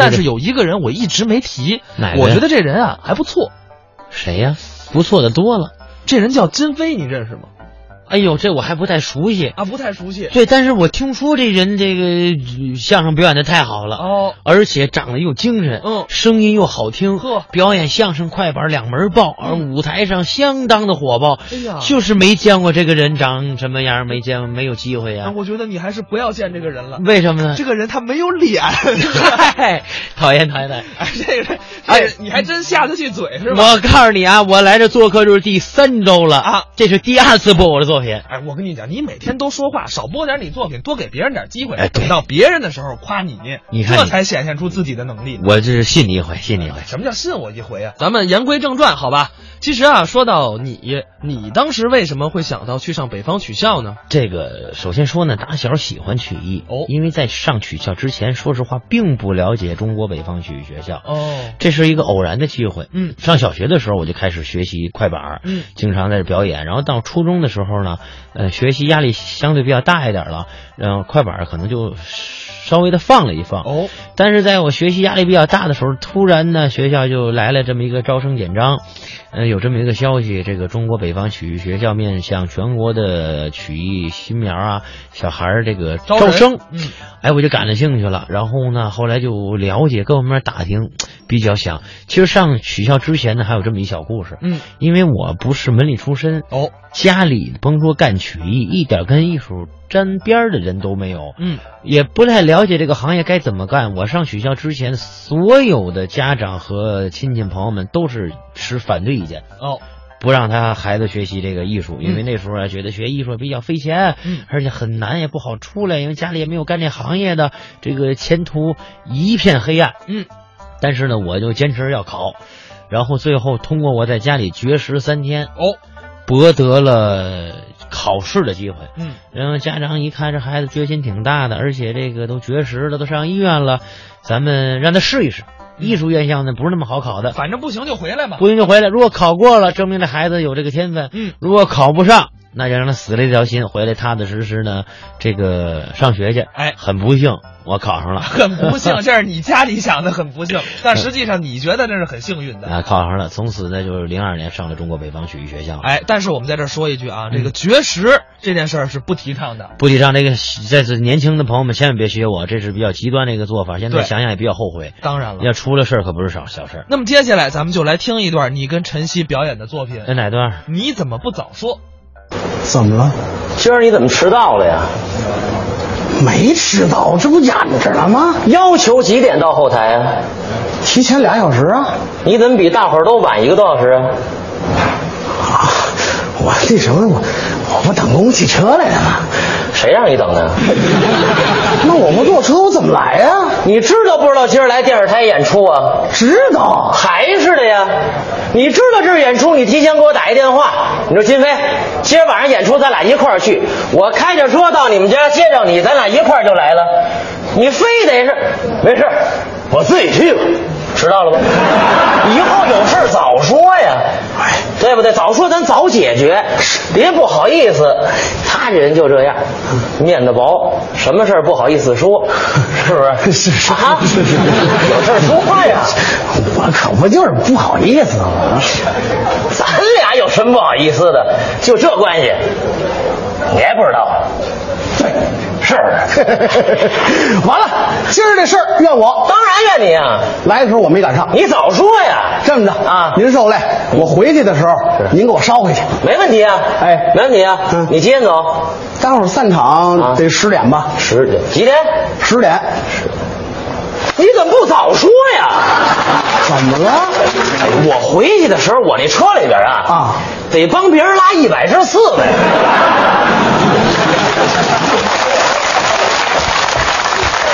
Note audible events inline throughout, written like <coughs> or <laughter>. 但是有一个人我一直没提哪，个我呀觉得这人啊还不错，谁呀、不错的多了。这人叫金飞，你认识吗？哎呦，这我还不太熟悉。啊，不太熟悉。对，但是我听说这人这个呃相声表演的太好了，哦，而且长得又精神，嗯声音又好听，呵嗯表演相声、快板两门爆，而舞台上相当的火爆。哎呀就是没见过这个人长什么样，没见过，没有机会那呀、我觉得你还是不要见这个人了，为什么呢？哎 <laughs> 这个人他没有 <laughs> 脸。嗨，讨厌讨厌讨厌！哎，这个人，哎哎，你还真下得去嘴 <laughs> 是吧？我告诉你啊，我来这做客就是第三周了啊，这是第二次播我的作品。哎，我跟你讲，你每天都说话，少播点你作品，多给别人点机会。哎对等到别人的时候夸你，你看这你才显现出自己的能力。我这是信你一回，信你一回。什么叫信我一回啊？咱们言归正传，好吧？其实啊，说到你，你当时为什么会想到去上北方曲校呢？这个首先说呢，打小喜欢曲艺哦因为在上曲校之前，说实话并不了解中国北方曲艺学校，哦，这是一个偶然的机会。嗯上小学的时候我就开始学习快板儿，嗯经常在这表演。然后到初中的时候呢，呃，学习压力相对比较大一点了，然后快板儿可能就稍微的放了一放。哦，但是在我学习压力比较大的时候，突然呢，学校就来了这么一个招生简章，呃，有这么一个消息，这个中国北方曲艺学校面向全国的曲艺新苗啊小孩儿这个招招人生，嗯，哎，我就感了兴趣了。然后呢，后来就了解各方面打听，比较想。其实上曲校之前呢，还有这么一小故事，嗯，因为我不是门里出身，哦，家里甭说干曲艺，一点跟艺术沾边儿的人都没有，嗯，也不太了解这个行业该怎么干。我上学校之前，所有的家长和亲戚朋友们都是持反对意见，哦，不让他孩子学习这个艺术，因为嗯那时候啊觉得学艺术比较费钱，嗯而且很难，也不好出来，因为家里也没有干这行业的，这个前途一片黑暗。嗯，但是呢，我就坚持要考，然后最后通过我在家里绝食三天，哦，博得了考试的机会。嗯，然后家长一看这孩子决心挺大的，而且这个都绝食了，都上医院了，咱们让他试一试。艺术院校呢不是那么好考的，反正不行就回来吧。不行就回来。如果考过了，证明这孩子有这个天分；嗯，如果考不上，那就让他死了这条心，回来踏踏实实呢，这个上学去。哎很不幸，我考上了很不幸，这是你家里想的很不幸，但实际上你觉得这是很幸运的。啊，考上了。从此呢，就是零二年上了中国北方曲艺学校。哎，但是我们在这儿说一句啊，这个绝食这件事儿是不提倡的。不提倡这个，在此年轻的朋友们千万别学我，这是比较极端的一个做法。现在对想想也比较后悔，当然了，要出了事儿可不是少小事儿。那么接下来咱们就来听一段你跟晨曦表演的作品。哎，哪段？你怎么不早说？怎么了？今儿你怎么迟到了呀？没迟到，这不演着呢吗？要求几点到后台啊？提前俩小时啊！你怎么比大伙儿都晚一个多小时啊？啊，我那什么，我我不等公共汽车来的吗？谁让你等的？ <laughs> 那我不坐车，我怎么来啊呀、你知道不知道今儿来电视台演出啊？知道，还是的呀？你知道这是演出，你提前给我打一电话。你说金飞，今儿晚上演出咱俩一块儿去，我开着车到你们家接着你，咱俩一块儿就来了。你非得是没事，我自己去吧。迟到了吧？以后有事儿早说呀，对不对？早说咱早解决，别不好意思。他这人就这样，面子薄，什么事儿不好意思说，是 <laughs> 不是？是是啊，有事儿说呀。我可不就是不好意思吗？咱俩有什么不好意思的？就这关系，你还不知道？是不是？完了，今儿这事儿怨我。 <laughs> 当然怨你啊！来的时候我没赶上，你早说呀！这么着啊您受累，我回去的时候您给我捎回去。没问题啊，哎没问题啊，嗯你几点走？待会儿散场、啊得十点吧？十点？几点？十点？你怎么不早说呀？怎么了？哎我回去的时候，我那车里边啊，啊得帮别人拉一百只刺猬。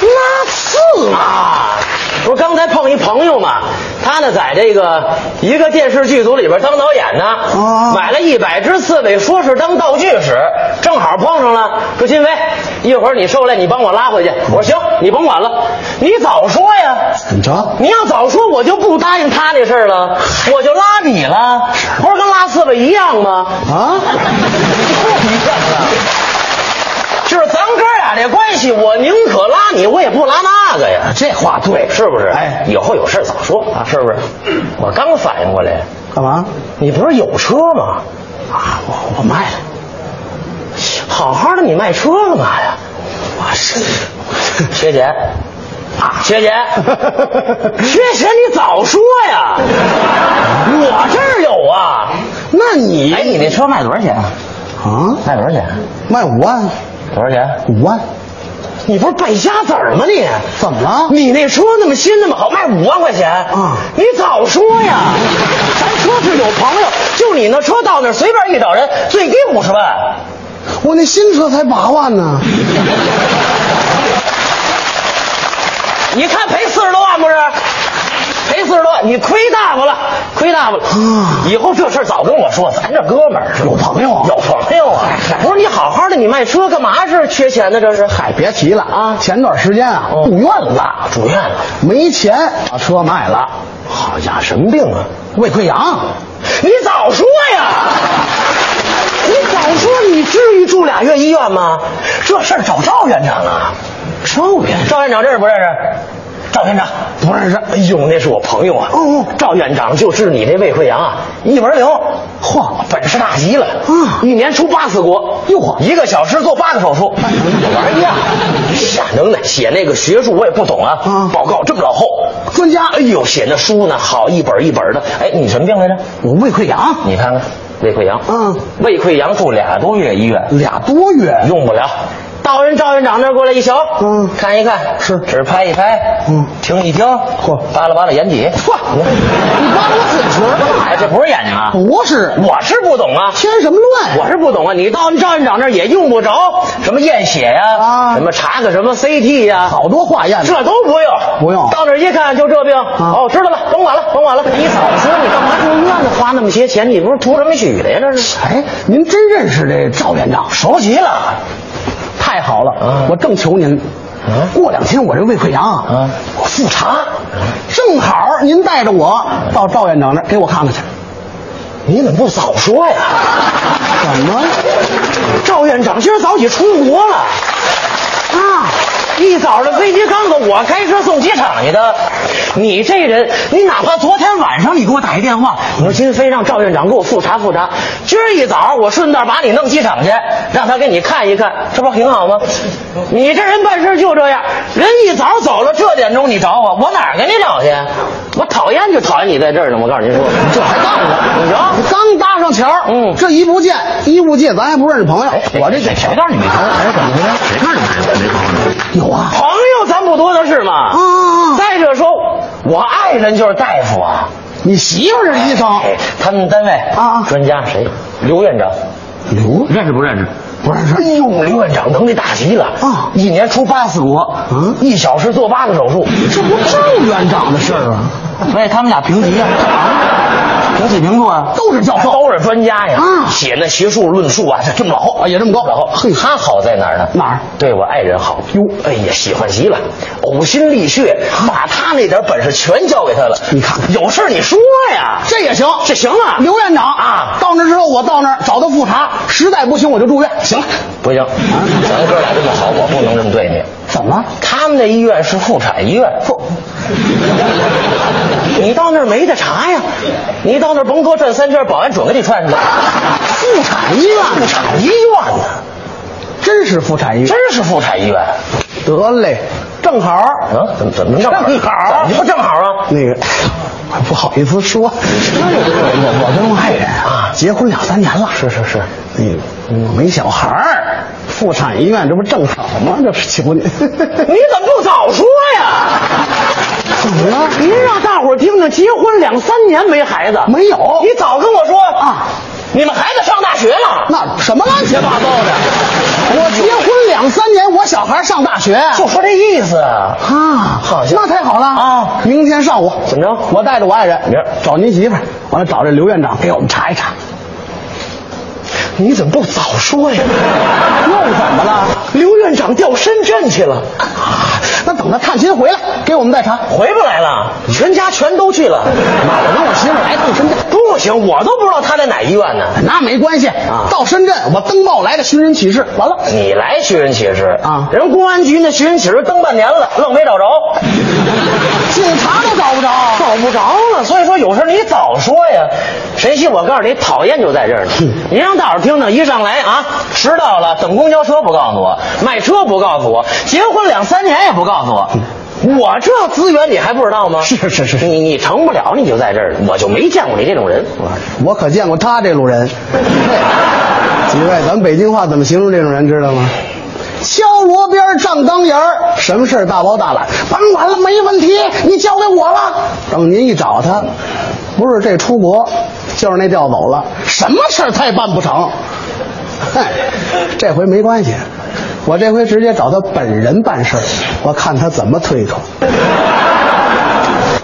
拉刺啊！不是刚才碰一朋友嘛，他呢在这个一个电视剧组里边当导演呢，哦买了一百只刺猬，说是当道具使，正好碰上了。说金飞，一会儿你受累，你帮我拉回去。我说行，你甭管了，你早说呀。怎么着？你要早说，我就不答应他这事儿了，我就拉你了，不是跟拉刺猬一样吗？啊？不一样啊！就是咱哥俩俩的关系，我宁可拉你，我也不拉那个呀，这话对，是不是？哎以后有事儿早说啊，是不是？我刚反应过来，干嘛？你不是有车吗？啊，我我卖了，好好的，你卖车干嘛呀？我 <laughs> 是缺钱，啊，缺 <laughs> 钱，缺钱，你早说 <laughs> 呀！我这儿有啊。那你哎，你那车卖多少钱啊？啊，卖多少钱？卖五万，多少钱？啊五万，你不是败家子儿吗你？怎么了？你那车那么新那么好，卖五万块钱啊你早说呀！咱车是有朋友，就你那车到那儿随便一找人，最低五十万。我那新车才八万呢，你看赔四十多万不是？赔四十多万，你亏大发了，亏大发了。啊以后这事儿早跟我说，咱这哥们儿是吧有朋友啊哎有朋友啊。不是你好好的，你卖车干嘛是缺钱呢？这是嗨，别提了啊哦前段时间啊，住院了，住院了，没钱把车卖了，好家伙，什么病啊？胃溃疡。你早说呀！你早说，你至于住俩月医院吗？这事儿找赵院长啊！赵院赵院长认识不认识？赵院长不认识。哎呦，那是我朋友啊。哦哦赵院长就治你这胃溃疡啊，一门灵，嚯，本事大极了。啊一年出八次国，哟呵一个小时做八个手术，哎玩儿一样。傻能耐，写那个学术我也不懂啊。啊报告这么老厚，专家，哎呦，写那书呢，好一本一本的。哎，你什么病来着？我胃溃疡你看看，胃溃疡，嗯，胃溃疡住俩多月医院，俩多月，用不了。到人赵院长那儿过来一瞧，嗯看一看，是只拍一拍，嗯哎听一听，嚯，扒拉扒拉眼底，嚯，你扒我嘴唇干嘛哎，这呀？不是眼睛啊，不是，我是不懂啊，添什么乱呀？我是不懂啊，你到人赵院长那儿也用不着什么验血呀、啊什么查个什么 CT 呀、好多化验呢，这都不用，不用啊到那儿一看就这病，哦，知道了，甭管了，甭管了。你早说，你干嘛住院呢？花那么些钱，你不是图什么许的呀？这是。哎，您真认识这赵院长？熟悉了，太好了，啊我正求您。嗯过两天我这胃溃疡嗯啊，我复查，正好您带着我到赵院长那儿给我看看去。你怎么不早说呀？ <laughs> 怎么赵院长今儿早起出国了，啊？一早上飞机刚走，我开车送机场去的。你这人，你哪怕昨天晚上你给我打一电话，我说金飞让赵院长给我复查复查，今儿一早我顺道把你弄机场去，让他给你看一看，这不挺好吗？你这人办事就这样，人一早走了，这点钟你找我，我哪儿给你找去？我讨厌就讨厌你在这儿呢，我告诉您说，这还干了，你瞧。刚搭上桥，嗯哎这一不见一不见，咱还不认识朋友。 <laughs> 我这谁谁告诉你没朋友哎，怎么回事？谁告诉你没朋友？有啊，朋友咱不多的是吗？啊啊啊！再者说，我爱人就是大夫啊，你媳妇儿是医生，哎，他们单位啊专家谁？刘院长。刘认识不认识？不认识哎呦，刘院长能力大极了啊一年出八次国，嗯一小时做八个手 <laughs> 术，这不赵院长的事儿啊，所以他们俩平级啊，平起平坐啊，都是教授都是专家呀，哎啊写那学术论述啊，这这么老厚啊也这么高老厚。嘿他好在哪儿呢？哪儿对我爱人好哟，哎呀，喜欢极了，呕心沥血，把他那点本事全交给他了。啊你看看有事儿你说呀，这也行，这行啊，刘院长啊到那之后我到那儿找他复查，实在不行我就住院。行了，不啊行，咱哥俩这么好，我不能这么对你。怎么了？他们那医院是妇产医院，妇。你到那儿没得查呀，你到那儿甭多转三圈，保安准给你串上来。妇产医院，妇产医院呢、真是妇产医院。真是妇产医院。得嘞，正好啊，怎么怎么正正好怎么正好啊？那个，哎不好意思说，我我跟我爱人啊，结婚两三年了，是是是，那个我没小孩儿，妇产医院这不正好吗？这不是求 <laughs> 你，你怎么不早说呀？怎么了？您让大伙儿听听，结婚两三年没孩子，没有你早跟我说啊！你们孩子上大学了，那什么乱七八糟的？我结婚两三年，我小孩上大学就说这意思啊。啊，好像那太好了啊明天上午怎么着我带着我爱人明儿找您媳妇儿，完了找这刘院长给我们查一查。你怎么不早 <laughs> 说呀？又怎么了？啊刘院长调深圳去了，那等他探亲回来，给我们再查。回不来了，全家全都去了。妈，我跟我媳妇儿来趟深圳，不行，我都不知道他在哪医院呢。那没关系。到深圳，我登报来的寻人启事，完了。你来寻人启事啊人公安局那寻人启事登半年了，愣没找着，警察都找不着，啊找不着了。所以说有事你早说呀。谁信我告诉你，讨厌就在这儿呢。你让大伙儿听听，一上来啊，迟到了，等公交车不告诉我，买车不告诉我，结婚两三年也不告诉我。我这资源你还不知道吗？是是是你你成不了，你就在这儿了，我就没见过你这种人。我可见过他这路人。 <laughs> 几位，咱们北京话怎么形容这种人知道吗？敲锣边儿上当沿儿，什么事儿大包大揽，甭管了，没问题，你交给我了。等您一找他，不是这出国，就是那调走了，什么事儿他也办不成。哼，这回没关系，我这回直接找他本人办事儿，我看他怎么推脱。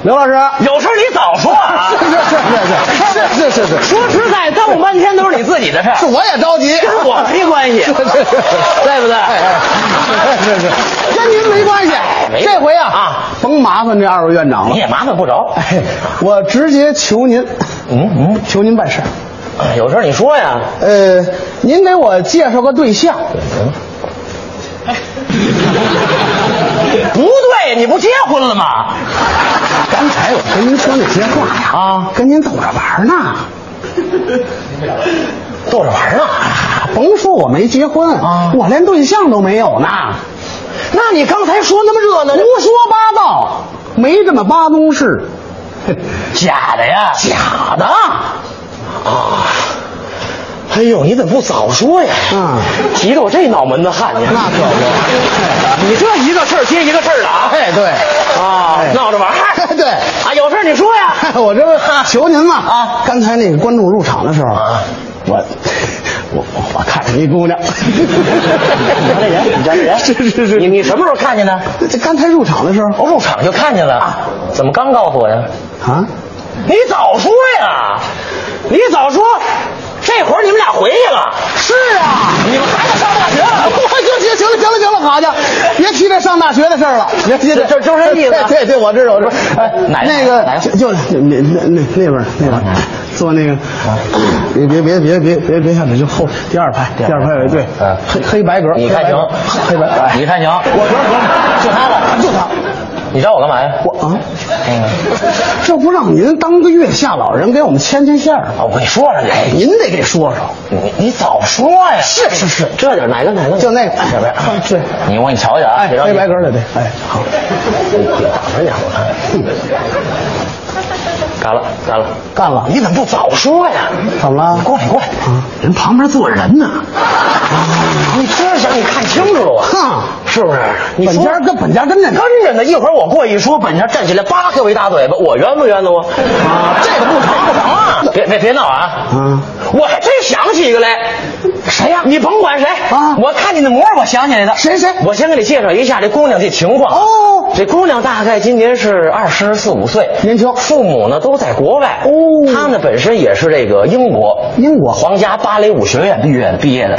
刘老师， <laughs> 有事儿你早说啊！是是是是是是 <laughs> 是是。说实在，耽误半天都是你自己的事儿，是 <laughs> 我也着急，跟 <laughs> 我没关系，对不对？是是，跟您没关系。这回啊啊，甭麻烦这二位院长你了，也麻烦不着。哎我直接求您，嗯求您办事。嗯，有事儿你说呀。呃，您给我介绍个对象，哎不对，你不结婚了吗？刚才我跟您说那些话呀，啊跟您逗着玩呢，逗着玩儿呢。甭说我没结婚啊我连对象都没有呢。那你刚才说那么热闹，胡说八道，没这么巴东事。假的呀？假的。啊！哎呦，你怎么不早说呀？嗯急得我这脑门子汗呀。那可 <laughs> 不，你这一个事儿接一个事儿的啊！哎对，啊哎，闹着玩儿。 <laughs> 对啊，有事儿你说呀。 <laughs> 我这不求您嘛啊刚才那个观众入场的时候，啊我我我我看上一姑娘，你啊瞧这人，你瞧这 <laughs> 人，是是是，你你什么时候看见的？ <laughs> 这刚才入场的时候我入场就看见了，怎么刚告诉我呀？啊，你早说呀！你早说，这会儿你们俩回去了，是啊，你们孩子上大学了。我行行行了行了行了，好家伙，别提这上大学的事儿了，别提这这周深意思啊 <laughs> 对对对，我知道我知道，哎，哪个哪那个个就就那那那那边儿那边嗯儿坐那个，啊别别别别别别别下去，就后第二排第二排有一对嗯，黑黑白格，你看行黑白格，哎你看行，我说我就他了，就他。你找我干嘛呀？我啊，嗯，这不让您当个月下老人给我们牵牵线儿吗？啊，我跟你说了，哎，你您得给说说。你你早说呀！是是是，这点哪个哪个？就那个这 <laughs> 边哎对你我给你瞧瞧啊，哎，别着急黑白格的对，哎，好，什么家伙？干了干了！干了，你怎么不早说呀？怎么了你过来，你过来！啊，人旁边坐着人呢，你真想你看清楚了啊，哼，是不是？你本说家跟本家跟着呢，跟着呢，一会儿我过去一说，本家站起来叭给我一大嘴巴，我冤不冤呢？我啊，这个不成不成啊！别别别闹啊！嗯，我还真想起一个来，谁呀、你甭管谁啊我看见那模样，我想起来的。谁谁我先给你介绍一下这姑娘这情况。哦这姑娘大概今年是二十四五岁，年轻父母呢都在国外。哦她呢本身也是这个英国英国啊皇家芭蕾舞学院毕业的毕业的，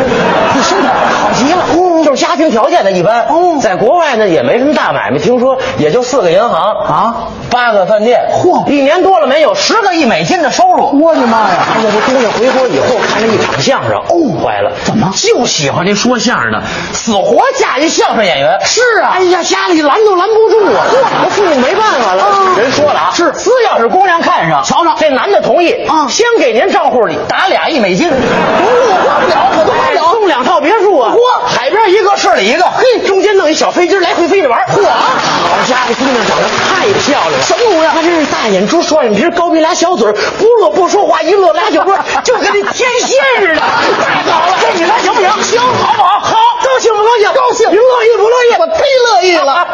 身材好极了，就是家庭条件呢一般。嗯哦在国外呢也没什么大买卖，听说也就四个银行啊，八个饭店，嚯哦一年多了没有十个亿美金的收入。我的妈呀！哎呀，这姑娘回国以后看了一场相声，哦，坏了，怎么就喜欢这说相声的，死活嫁一相声演员？是啊哎呀，家里拦都拦不住啊，我父母没办法了。啊人说了啊，是只要是姑娘看上，瞧瞧这男的同意啊先给您账户里打俩亿美金。不我花不了我都花不了送两套别墅啊，嚯，海边一个，市里一个，嘿，中间弄一小飞机来回飞着玩，嚯，好家伙，姑娘长得太漂亮了，什么模样？她真是大眼珠、双眼皮、高鼻梁、小嘴儿，不乐不说话，一乐俩酒窝，就跟那天仙似的。太好了，这你说行不行？行，好不好？好，高兴不高兴？高兴。您乐意不乐意？我忒乐意了，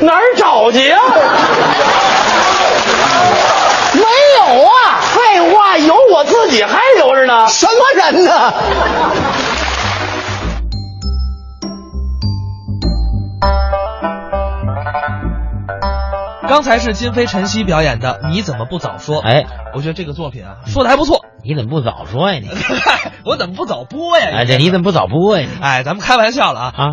哪儿找去呀、没有啊，废话，有我自己还留着呢。什么人呢？刚才是金飞晨曦表演的《你怎么不早说》。哎，我觉得这个作品啊，说的还不错。 <coughs> 你怎么不哎早说呀你？我怎么不早播呀？哎哎，对，你怎么不早播呀你？哎，咱们开玩笑了啊。啊